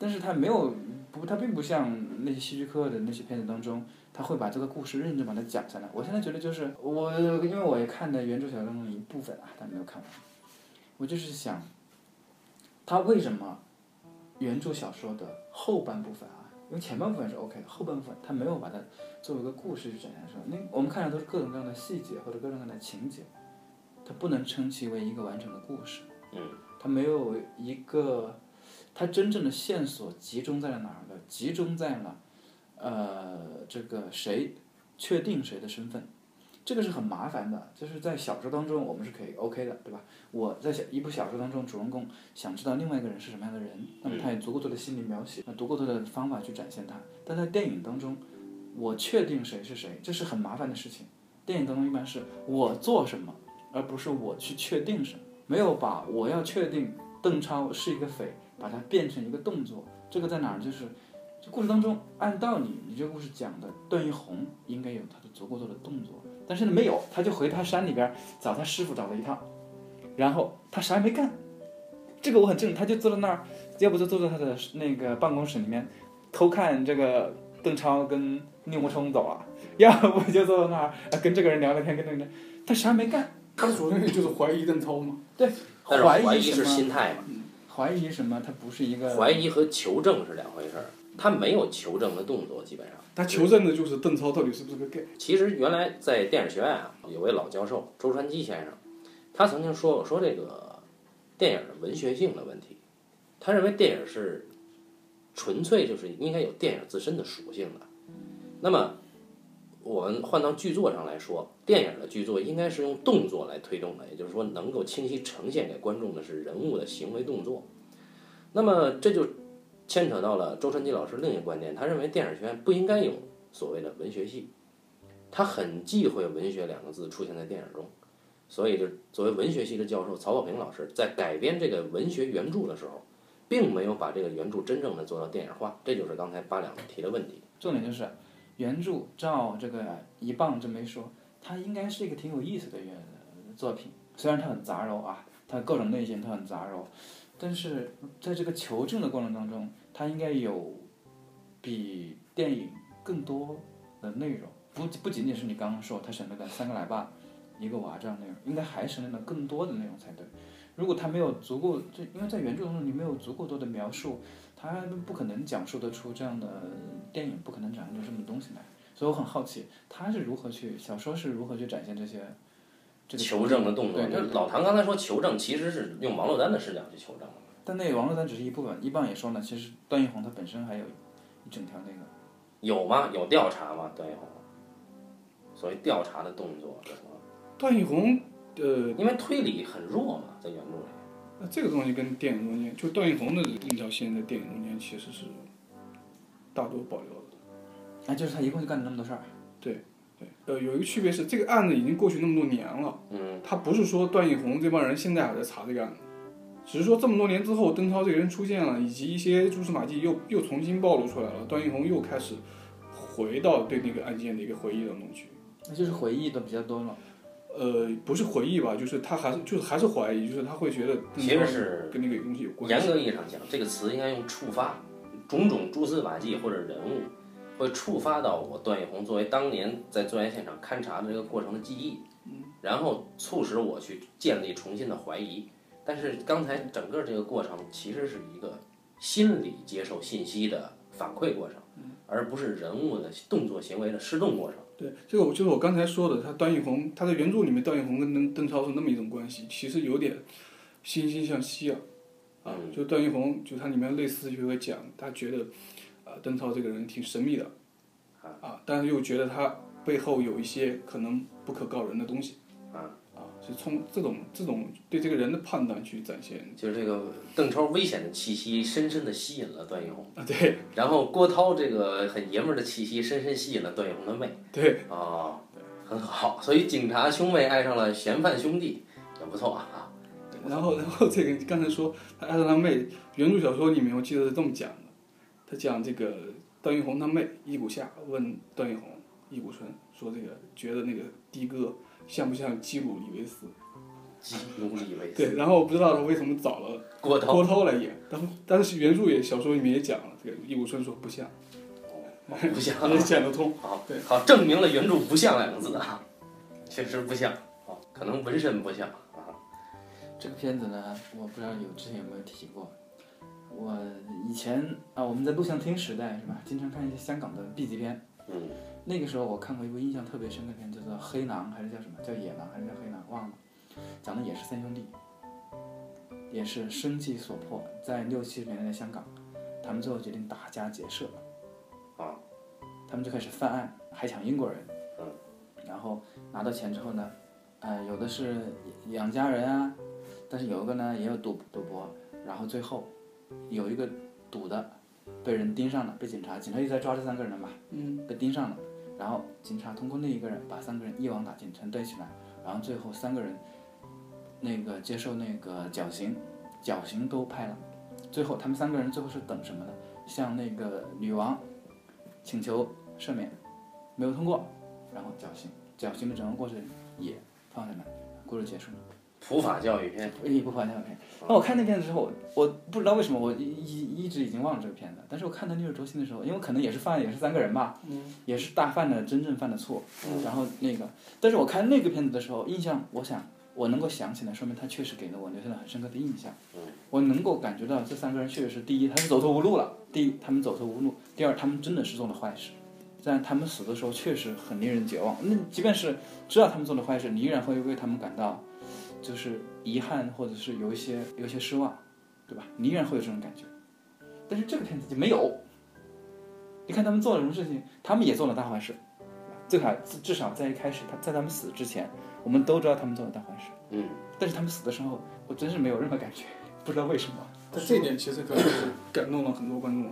Speaker 2: 但是它没有不，它并不像那些希区柯克的那些片子当中，他会把这个故事认真把它讲下来。我现在觉得就是我，因为我也看了原著小说当中的一部分啊，但没有看完。我就是想。他为什么原著小说的后半部分啊，因为前半部分是 OK 的，后半部分他没有把它作为一个故事去展现出来。那我们看的都是各种各样的细节或者各种各样的情节，它不能称其为一个完整的故事。
Speaker 1: 嗯，
Speaker 2: 它没有一个，它真正的线索集中在了哪儿呢？集中在了，呃，这个谁确定谁的身份。这个是很麻烦的，就是在小说当中我们是可以 OK 的，对吧？我在小一部小说当中，主人公想知道另外一个人是什么样的人，那么他也足够多的心理描写，那足够多的方法去展现他。但在电影当中，我确定谁是谁，这是很麻烦的事情。电影当中一般是我做什么，而不是我去确定什么，没有把我要确定邓超是一个匪，把它变成一个动作，这个在哪儿？就是这故事当中，按道理你这个故事讲的段奕宏应该有他的足够多的动作，但是呢没有，他就回他山里边儿找他师傅找了一趟，然后他啥也没干，这个我很正，他就坐在那儿，要不就坐在他的那个办公室里面偷看这个邓超跟宁国冲走了，要不就坐在那儿呃跟这个人聊聊天，跟那个人，他啥也没干，
Speaker 4: 他的主任就是怀疑邓超嘛，
Speaker 1: 但是怀
Speaker 2: 疑
Speaker 1: 疑是
Speaker 2: 什么？
Speaker 1: 心态嘛，
Speaker 2: 怀疑什么？他不是一个
Speaker 1: 怀疑和求证是两回事儿，他没有求证的动作，基本上。
Speaker 4: 他求证的就是邓超到底是不是个 gay。
Speaker 1: 其实原来在电影学院啊，有位老教授周传基先生，他曾经说过说这个电影的文学性的问题，他认为电影是纯粹就是应该有电影自身的属性的。那么我们换到剧作上来说，电影的剧作应该是用动作来推动的，也就是说能够清晰呈现给观众的是人物的行为动作。那么这就牵扯到了周传基老师另一个观点，他认为电影学院不应该有所谓的文学系。他很忌讳“文学”两个字出现在电影中，所以就作为文学系的教授曹保平老师在改编这个文学原著的时候，并没有把这个原著真正的做到电影化，这就是刚才八两提的问题。
Speaker 2: 重点就是原著照这个一棒这么一说，它应该是一个挺有意思的原作品，虽然它很杂糅啊，它各种类型它很杂糅，但是在这个求证的过程当中，它应该有比电影更多的内容，不不仅仅是你刚刚说它省略了三个奶爸。一个娃这样的内容，应该还省略了更多的内容才对。如果它没有足够，就因为在原著当中你没有足够多的描述，它不可能讲述得出这样的电影不可能展现出这么东西来，所以我很好奇他是如何去小说是如何去展现这些这个
Speaker 1: 求证的动作，
Speaker 2: 对，
Speaker 1: 就老唐刚才说求证，其实是用王珞丹的视角去求证的。
Speaker 2: 但那王珞丹只是一部分，一棒也说呢，其实段奕宏他本身还有一整条那个，
Speaker 1: 有吗？有调查吗？段奕宏，所谓调查的动作有吗？
Speaker 4: 段奕宏，呃，
Speaker 1: 因为推理很弱嘛，在原著里。
Speaker 4: 那这个东西跟电影中间，就段奕宏的一条线在电影中间其实是大多保留的。
Speaker 2: 哎，就是他一共就干了那么多事儿，
Speaker 4: 对，呃，有一个区别是，这个案子已经过去那么多年了，
Speaker 1: 嗯，
Speaker 4: 他不是说段奕宏这帮人现在还在查这个案子，只是说这么多年之后，邓超这个人出现了，以及一些蛛丝马迹又又重新暴露出来了，段奕宏又开始回到对那个案件的一个回忆当中去。
Speaker 2: 那就是回忆的比较多了。
Speaker 4: 呃，不是回忆吧，就是他还是就是还是怀疑，就是他会觉得邓
Speaker 1: 其实
Speaker 4: 超
Speaker 1: 是
Speaker 4: 跟那个东西有关系。
Speaker 1: 严格意义上讲，这个词应该用触发，种种蛛丝马迹或者人物，会触发到我段奕宏作为当年在作案现场勘查的这个过程的记忆，然后促使我去建立重新的怀疑。但是刚才整个这个过程其实是一个心理接受信息的反馈过程，而不是人物的动作行为的失动过程。
Speaker 4: 对，就我就是我刚才说的，他段奕宏，他在原著里面段奕宏跟邓邓超是那么一种关系，其实有点惺惺相惜啊，啊，就段奕宏，就他里面类似就会讲，他觉得啊、呃邓超这个人挺神秘的，啊，但是又觉得他背后有一些可能不可告人的东西，啊，是从这种这种对这个人的判断去展现
Speaker 1: 就是这个邓超危险的气息深深的吸引了段奕宏，
Speaker 4: 啊，对
Speaker 1: 然后郭涛这个很爷们儿的气息深深吸引了段奕宏的妹。
Speaker 4: 对，
Speaker 1: 哦，很好，所以警察兄妹爱上了嫌犯兄弟，也不错啊。
Speaker 4: 然后，然后这个你刚才说他爱上他妹，原著小说里面我记得是这么讲的，他讲这个段奕宏他妹易谷夏问段奕宏易谷春说这个觉得那个的哥像不像基鲁里维斯？
Speaker 1: 基努里维斯，
Speaker 4: 对，然后我不知道他为什么找了
Speaker 1: 郭涛，
Speaker 4: 郭涛来演，但但是原著也小说里面也讲了，这个易谷春说不像，
Speaker 1: 不像，
Speaker 4: 也讲得通。
Speaker 1: 好
Speaker 4: 对，
Speaker 1: 好，证明了原著不像两个字啊，确实不像啊，可能纹身不像啊，
Speaker 2: 这个片子呢，我不知道有之前有没有提过。我以前啊，我们在录像厅时代是吧，经常看一些香港的 B 级片。
Speaker 1: 嗯。
Speaker 2: 那个时候我看过一部印象特别深刻的片，叫做《黑狼》还是叫什么？叫《野狼》还是叫《黑狼》？忘了。讲的也是三兄弟，也是生计所迫，在六七十年代的香港，他们最后决定打家劫舍。
Speaker 1: 啊。
Speaker 2: 他们就开始犯案，还抢英国人。
Speaker 1: 嗯。
Speaker 2: 然后拿到钱之后呢，呃，有的是养家人啊，但是有一个呢也有赌赌博，然后最后有一个赌的被人盯上了，被警察，警察一直在抓这三个人嘛，
Speaker 4: 嗯，
Speaker 2: 被盯上了，然后警察通过那一个人把三个人一网打尽，全对起来，然后最后三个人那个接受那个绞刑，绞刑都拍了，最后他们三个人最后是等什么呢？向那个女王请求赦免，没有通过，然后绞刑，绞刑的整个过程也放下来，故事结束。
Speaker 1: 普法教育片，
Speaker 2: 一部幻想片。那我看那片子之后，我不知道为什么我一一一直已经忘了这个片子，但是我看他《六日灼心》的时候，因为可能也是犯也是三个人吧，也是大犯了真正犯的错，然后那个，但是我看那个片子的时候，印象我想我能够想起来，说明他确实给了我留下了很深刻的印象。我能够感觉到这三个人确实是第一，他是走投无路了；第一，他们走投无路；第二，他们真的是做了坏事。但他们死的时候确实很令人绝望。那即便是知道他们做了坏事，你依然会为他们感到就是遗憾，或者是有一些有一些失望，对吧？你依然会有这种感觉。但是这个片子就没有。你看他们做了什么事情，他们也做了大坏事，对吧最好至至少在一开始，他在他们死之前，我们都知道他们做了大坏事。
Speaker 1: 嗯，
Speaker 2: 但是他们死的时候，我真是没有任何感觉，不知道为什么。
Speaker 4: 但这一点其实可能是感动了很多观众，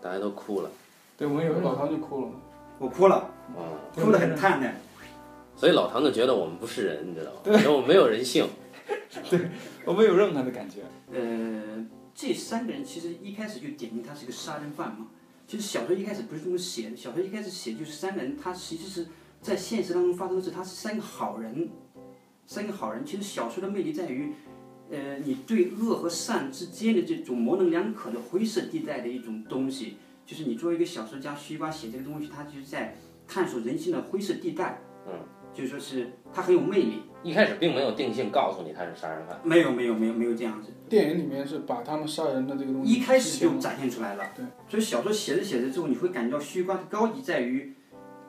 Speaker 1: 大家都哭了，
Speaker 2: 对，我有
Speaker 4: 老唐就哭了。
Speaker 3: 我哭了，
Speaker 1: 嗯，
Speaker 3: 哭得很灿烂。
Speaker 1: 所以老唐就觉得我们不是人，你知道吗？ 没有没有人性，
Speaker 2: 我没有任何的感觉。
Speaker 3: 呃，这三个人其实一开始就点名他是个杀人犯嘛。其实小说一开始不是这么写的，小说一开始写就是三个人，他其实是在现实当中发生的事，他是三个好人，三个好人。其实小说的魅力在于，呃，你对恶和善之间的这种模棱两可的灰色地带的一种东西，就是你作为一个小说家徐巴写这个东西，他就是在探索人性的灰色地带。
Speaker 1: 嗯，
Speaker 3: 就是说是他很有魅力。
Speaker 1: 一开始并没有定性告诉你他是杀人犯，
Speaker 3: 没有没有没有没有这样子。
Speaker 4: 电影里面是把他们杀人的这个东西
Speaker 3: 一开始
Speaker 4: 提前
Speaker 3: 就
Speaker 4: 了
Speaker 3: 展现出来了。
Speaker 4: 对，
Speaker 3: 所以小说写着写着之后，你会感觉到虚瓜的高级在于，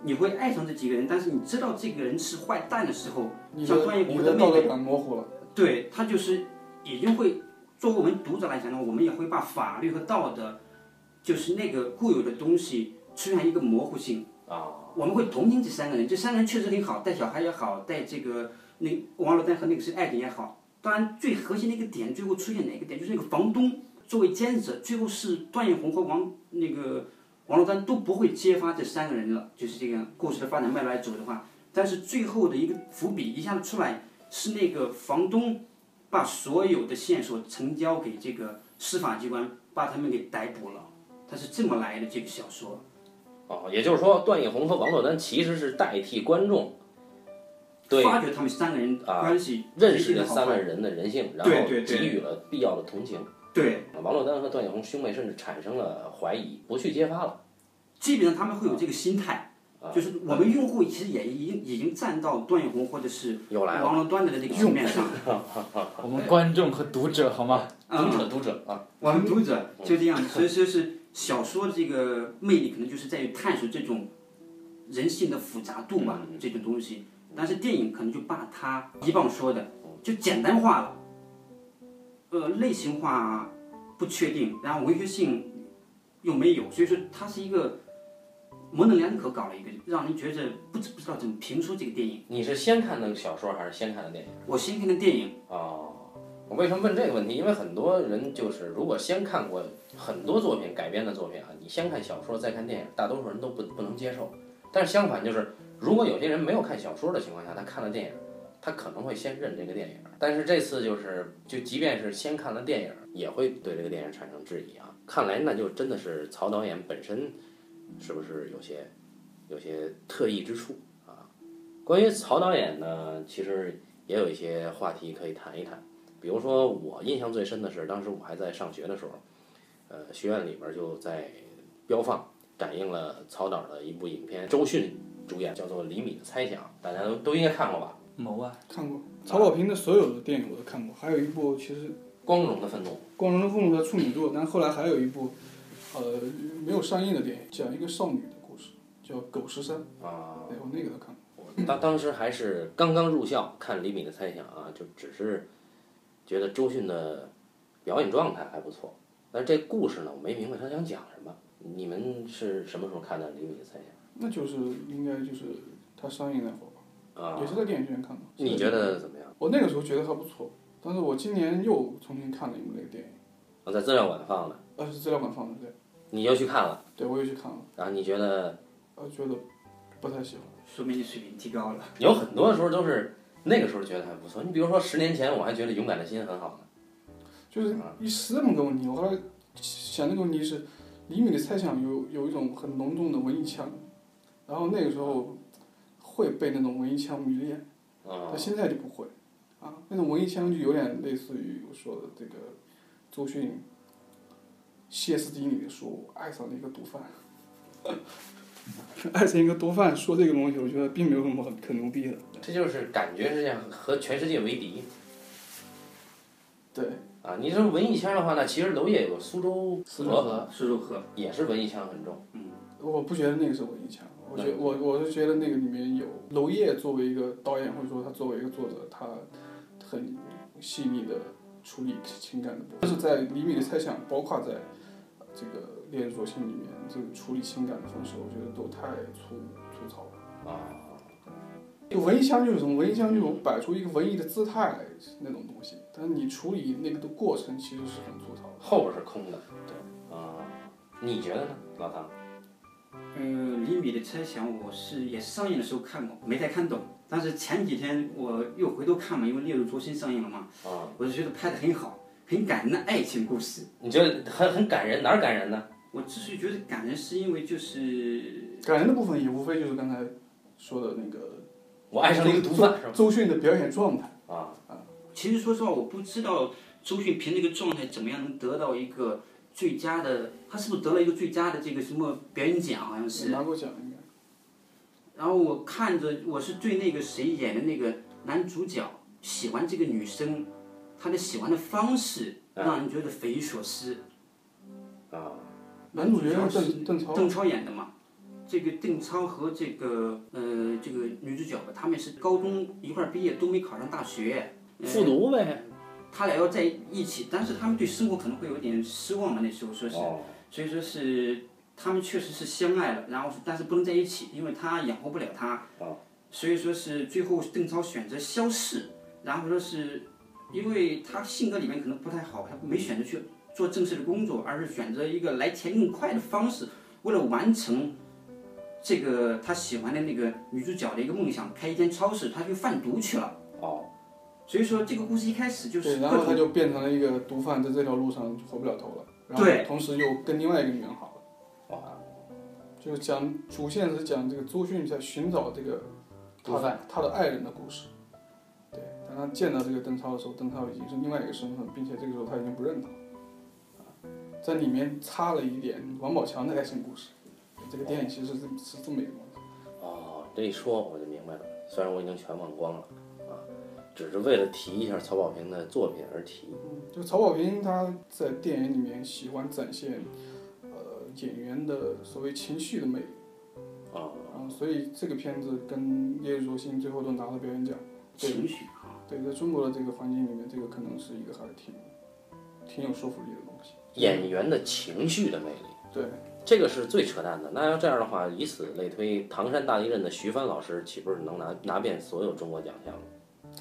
Speaker 3: 你会爱上这几个人，但是你知道这个人是坏蛋的时候，
Speaker 4: 你
Speaker 3: 像
Speaker 4: 的
Speaker 3: 段奕
Speaker 4: 你
Speaker 3: 宏
Speaker 4: 的
Speaker 3: 的
Speaker 4: 道
Speaker 3: 妹
Speaker 4: 德
Speaker 3: 妹，
Speaker 4: 感模糊了。
Speaker 3: 对他就是也就会，作为我们读者来讲呢，我们也会把法律和道德，就是那个固有的东西出现一个模糊性。
Speaker 1: 啊，
Speaker 3: 我们会同情这三个人，这三个人确实挺好，带小孩也好，带这个那王珞丹和那个谁艾琳也好。当然，最核心的一个点，最后出现哪个点，就是那个房东作为监视者，最后是段奕宏和王那个王珞丹都不会揭发这三个人了，就是这个故事的发展脉络来走的话。但是最后的一个伏笔一下子出来，是那个房东把所有的线索呈交给这个司法机关，把他们给逮捕了。他是这么来的这个小说。
Speaker 1: 哦，也就是说，段奕宏和王珞丹其实是代替观众对
Speaker 3: 发掘他们三个人
Speaker 1: 啊
Speaker 3: 关系，
Speaker 1: 认识这
Speaker 3: 的好
Speaker 1: 三
Speaker 3: 坏
Speaker 1: 个人的人性，然
Speaker 3: 对
Speaker 1: 后
Speaker 3: 对对
Speaker 1: 给予了必要的同情。啊
Speaker 3: 对，
Speaker 1: 王珞丹和段奕宏兄妹甚至产生了怀疑，不去揭发了。
Speaker 3: 基本上他们会有这个心态，
Speaker 1: 啊
Speaker 3: 就是我们用户其实也已经已经站到段奕宏或者是
Speaker 1: 又来了，
Speaker 3: 王珞丹的这个局面上，
Speaker 2: 我们观众和读者好吗？
Speaker 1: 读
Speaker 3: 嗯，
Speaker 1: 者读者啊，
Speaker 3: 我们读者就这样，所以说是小说这个魅力可能就是在于探索这种人性的复杂度吧，这种东西。但是电影可能就把它一棒说的就简单化了，呃，类型化不确定，然后文学性又没有，所以说它是一个模棱两可搞了一个，让人觉着不知不知道怎么评出这个电影。
Speaker 1: 你是先看的小说还是先看的电影？
Speaker 3: 我先看的电影，
Speaker 1: 哦，我为什么问这个问题？因为很多人就是如果先看过很多作品改编的作品啊，你先看小说再看电影，大多数人都不不能接受。但是相反，就是如果有些人没有看小说的情况下，他看了电影，他可能会先认这个电影。但是这次就是，就即便是先看了电影，也会对这个电影产生质疑啊。看来那就真的是曹导演本身是不是有些有些特异之处啊？关于曹导演呢，其实也有一些话题可以谈一谈。比如说，我印象最深的是，当时我还在上学的时候，呃，学院里边就在标放展映了曹导的一部影片，周迅主演，叫做《厘米的猜想》，大家都都应该看过吧？
Speaker 2: 谋啊，
Speaker 4: 看过曹保平的所有的电影我都看过，还有一部其实《
Speaker 1: 光荣的愤怒，
Speaker 4: 光荣的父母》和处女作，但后来还有一部，呃，没有上映的电影，讲一个少女的故事，叫《狗十三》。
Speaker 1: 啊，
Speaker 4: 对，我那个都看过。
Speaker 1: 我当当时还是刚刚入校，看《厘米的猜想》啊，就只是觉得周迅的表演状态还不错，但是这故事呢，我没明白他想讲什么。你们是什么时候看的《厘米的猜
Speaker 4: 那就是应该就是它上映那会儿
Speaker 1: 想》啊
Speaker 4: 吧，也？是在电影院看的。
Speaker 1: 你觉得怎么样？
Speaker 4: 我那个时候觉得还不错，但是我今年又重新看了一部那个电影，
Speaker 1: 我在资料馆放的，
Speaker 4: 呃，是资料馆放的，
Speaker 1: 你又去看了，
Speaker 4: 对，对我又去看了，
Speaker 1: 然后你觉得
Speaker 4: 呃，觉得不太喜欢。
Speaker 3: 说明你水平提高了。
Speaker 1: 有很多时候都是那个时候觉得还不错。你比如说十年前我还觉得《勇敢的心》很好呢，
Speaker 4: 就是一是这么个问题，我后来想那个问题是，李米的猜想有有一种很浓重的文艺腔，然后那个时候会被那种文艺腔迷恋，
Speaker 1: 啊、
Speaker 4: 但现在就不会，啊，那种文艺腔就有点类似于我说的这个周迅、歇斯底里的说我爱上了一个毒贩， 爱上一个毒贩说这个东西，我觉得并没有什么很很牛逼的，
Speaker 1: 这就是感觉是这样，和全世界为敌
Speaker 4: 对，
Speaker 1: 啊。你说文艺圈的话呢，其实娄烨有个苏州
Speaker 2: 四
Speaker 1: 河，
Speaker 2: 合，
Speaker 3: 是如何？
Speaker 1: 也是文艺腔很重。
Speaker 4: 我不觉得那个是文艺腔，我觉我我是觉得那个里面有娄烨作为一个导演，或者说他作为一个作者，他很细腻的处理情感的部分，就是在《厘米的猜想》，包括在呃这个《烈日灼心》里面，这个处理情感的方式，我觉得都太粗粗糙了。
Speaker 1: 啊，
Speaker 4: 就文艺腔就是什么？文艺腔就是摆出一个文艺的姿态来那种东西，但是你处理那个的过程其实是很粗糙的。
Speaker 1: 后边是空的，啊，你觉得呢，老唐？
Speaker 3: 呃，厘米的猜想我是也是上映的时候看过，没太看懂。但是前几天我又回头看嘛，因为《烈日灼心》上映了嘛，
Speaker 1: 啊，
Speaker 3: 我就觉得拍的很好，很感人的爱情故事。
Speaker 1: 你觉得很很感人，哪儿感人呢？
Speaker 3: 我之所以觉得感人，是因为就是
Speaker 4: 感人的部分也无非就是刚才说的那个
Speaker 1: 我爱上了一个毒贩，是吧？
Speaker 4: 周迅的表演状态。
Speaker 1: 啊，
Speaker 3: 其实说实话，我不知道周迅凭这个状态怎么样能得到一个最佳的，他是不是得了一个最佳的这个什么表演奖？好像是。
Speaker 4: 拿过奖应该。
Speaker 3: 然后我看着，我是对那个谁演的那个男主角喜欢这个女生，他的喜欢的方式
Speaker 1: 啊
Speaker 3: 让人觉得匪夷所思。
Speaker 1: 啊，
Speaker 4: 男主角是
Speaker 3: 是
Speaker 4: 邓邓超，
Speaker 3: 邓超演的嘛，这个邓超和这个呃这个女主角吧，他们是高中一块儿毕业，都没考上大学。呃
Speaker 1: 复读呗。
Speaker 3: 他俩要在一起，但是他们对生活可能会有点失望嘛，那时候说是，
Speaker 1: 哦，
Speaker 3: 所以说是他们确实是相爱了，然后但是不能在一起，因为他养活不了他，
Speaker 1: 哦
Speaker 3: 所以说是最后邓超选择消逝，然后说是因为他性格里面可能不太好，他没选择去做正式的工作，而是选择一个来钱更快的方式，为了完成。这个他喜欢的那个女主角的一个梦想，开一间超市，他去贩毒去了。
Speaker 1: 哦，
Speaker 3: 所以说这个故事一开始就是
Speaker 4: 对，
Speaker 3: 各
Speaker 4: 然后
Speaker 3: 种
Speaker 4: 他就变成了一个毒贩，在这条路上就回不了头了。然
Speaker 3: 对
Speaker 4: 后同时又跟另外一个女人好了，
Speaker 1: 哇，
Speaker 4: 就是讲主线是讲这个周迅在寻找这个
Speaker 2: 毒贩
Speaker 4: 他他的爱人的故事。对，当他见到这个邓超的时候，邓超已经是另外一个身份，并且这个时候他已经不认他了。啊在里面插了一点王宝强的爱情故事，这个电影其实是是这么一个东西。
Speaker 1: 哦，这一说我就明白了。虽然我已经全忘光了啊，只是为了提一下曹保平的作品而提。
Speaker 4: 就曹保平他在电影里面喜欢展现，呃，演员的所谓情绪的魅力。
Speaker 1: 啊，
Speaker 4: 然后，所以这个片子跟《夜日灼心》最后都拿了表演奖。对
Speaker 3: 情绪啊，
Speaker 4: 对，在中国的这个环境里面，这个可能是一个还是挺挺有说服力的东西。
Speaker 1: 演员的情绪的魅力。
Speaker 4: 对，
Speaker 1: 这个是最扯淡的。那要这样的话，以此类推，唐山大地震的徐帆老师岂不是能拿拿遍所有中国奖项了？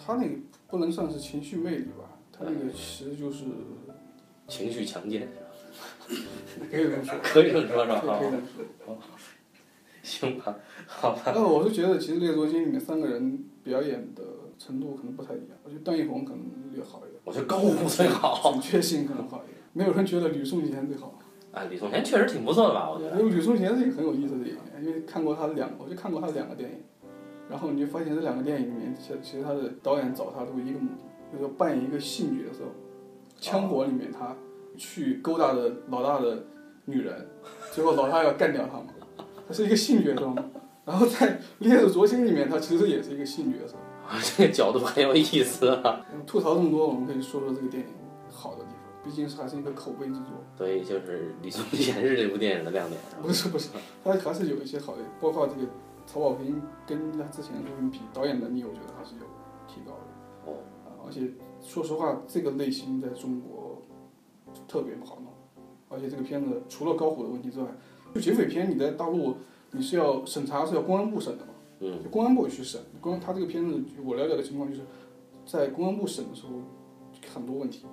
Speaker 4: 他那个不能算是情绪魅力吧，他那个其实就是
Speaker 1: 情绪强奸，
Speaker 4: 可以这么说，
Speaker 1: 可以这么说，是吧？
Speaker 4: 对可以这么说。
Speaker 1: 行吧，好吧。
Speaker 4: 但我是觉得，其实《猎捉金》里面三个人表演的程度可能不太一样。我觉得段奕宏可能略好一点，
Speaker 1: 我觉得高虎最 好。
Speaker 4: 准确性可能好一点。没有人觉得吕颂贤最好，
Speaker 1: 啊，李颂贤确实挺不错的吧？我觉得。
Speaker 4: 因为吕颂贤是一个很有意思的演员，因为看过他两，我就看过他两个电影，然后你就发现这两个电影里面，其实其实他的导演找他都一个目的，就是扮演一个性角色。枪火里面他去勾搭的老大的女人，结果老大要干掉他嘛，他是一个性角色嘛。然后在《烈日灼心》里面，他其实也是一个性角色。
Speaker 1: 啊，这个角度很有意思啊。
Speaker 4: 吐槽这么多，我们可以说说这个电影好的地方，毕竟是还是一个口碑之作。
Speaker 1: 所以就是李颂贤是这部电影的亮点，是吧
Speaker 4: 不是不是，它还是有一些好的，包括这个曹保平跟他之前的作品比，导演能力我觉得还是有提高的。
Speaker 1: 哦，
Speaker 4: 啊，而且说实话，这个类型在中国特别不好弄，而且这个片子除了高虎的问题之外，就劫匪片你在大陆你是要审查是要公安部审的嘛，
Speaker 1: 嗯，
Speaker 4: 就公安部去审，公安他这个片子我了解的情况就是，在公安部审的时候很多问题，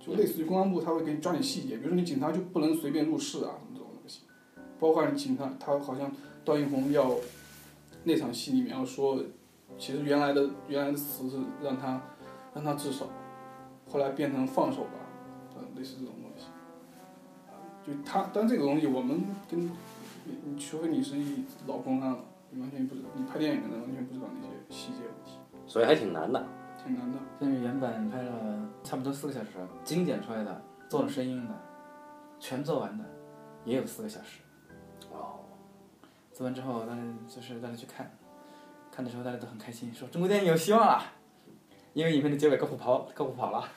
Speaker 4: 就类似于公安部他会给你抓你细节，比如说你警察就不能随便入室啊什么这种东西，包括你警察他好像段奕宏要那场戏里面要说，其实原来的原来的词是让他让他自首，后来变成放手吧，呃，类似这种东西。就他，但这个东西我们跟你，你除非你是一老公啊安了，你完全不知道，你拍电影的完全不知道那些细节问题，
Speaker 1: 所以还挺难的。
Speaker 4: 挺难的。
Speaker 2: 这是原版拍了差不多四个小时，精简出来的，做了声音的，全做完的，也有四个小时。
Speaker 1: 哦，
Speaker 2: 做完之后，大家就是大家去看，看的时候大家都很开心，说中国电影有希望了，因为影片的结尾高虎跑高虎跑了，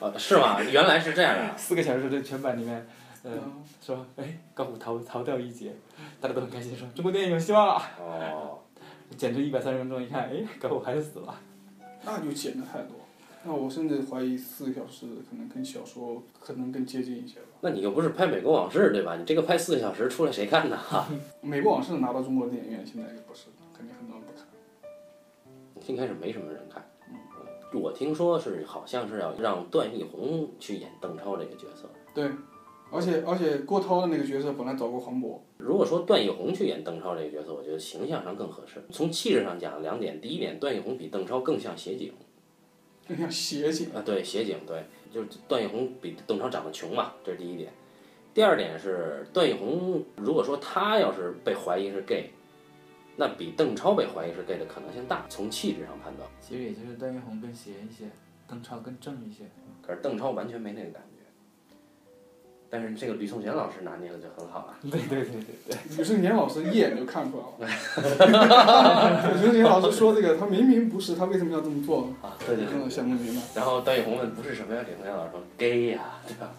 Speaker 1: 呃，是吗？原来是这样啊的。
Speaker 2: 四个小时的全版里面，呃，
Speaker 4: 嗯，
Speaker 2: 说哎高虎逃逃掉一劫，大家都很开心，说中国电影有希望了。
Speaker 1: 哦，
Speaker 2: 剪出一百三十分钟一看，哎，高虎还是死了。
Speaker 4: 那就剪的太多。那我甚至怀疑四个小时可能跟小说可能更接近一些吧。
Speaker 1: 那你又不是拍《美国往事》对吧？你这个拍四个小时出来谁看呢？
Speaker 4: 美国往事拿到中国电影院，现在也不是，肯定很多人不看。
Speaker 1: 应该是没什么人看。我听说是好像是要让段奕宏去演邓超这个角色。
Speaker 4: 对，而且而且郭涛的那个角色本来找过黄渤，
Speaker 1: 如果说段奕宏去演邓超这个角色，我觉得形象上更合适。从气质上讲，两点：第一点，段奕宏比邓超更像协警
Speaker 4: 更像邪 性。
Speaker 1: 啊，对，协警，对，就是段奕宏比邓超长得穷嘛，这是第一点。第二点是段奕宏，如果说他要是被怀疑是 gay，那比邓超被怀疑是 gay 的可能性大，从气质上判断。
Speaker 2: 其实也就是段奕宏更邪一些，邓超更正一些。
Speaker 1: 可是邓超完全没那个感觉。但是这个吕颂贤老师拿捏的就很好了。
Speaker 2: 对对对对对，
Speaker 4: 吕圣贤老师一眼就看出来了。吕圣贤老师说这个，他明明不是，他为什么要这么做？
Speaker 1: 啊，对对
Speaker 4: 嗯，
Speaker 1: 对。
Speaker 4: 想不明白。
Speaker 1: 然后段奕宏问不是什么呀？吕颂贤老师说 gay 呀、对吧？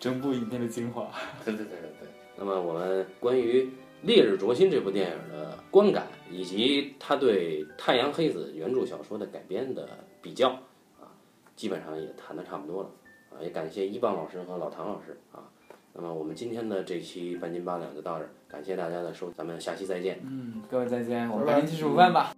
Speaker 2: 整部影片的精华。
Speaker 1: 对对对对对。那么我们关于《烈日灼心》这部电影的观感，以及他对《太阳黑子》原著小说的改编的比较啊，基本上也谈的差不多了啊。也感谢一棒老师和老唐老师啊。那么我们今天的这期半斤八两就到这儿，感谢大家的收，咱们下期再见。
Speaker 2: 嗯，各位再见，我们
Speaker 4: 拜拜
Speaker 2: 赶紧去吃午饭吧。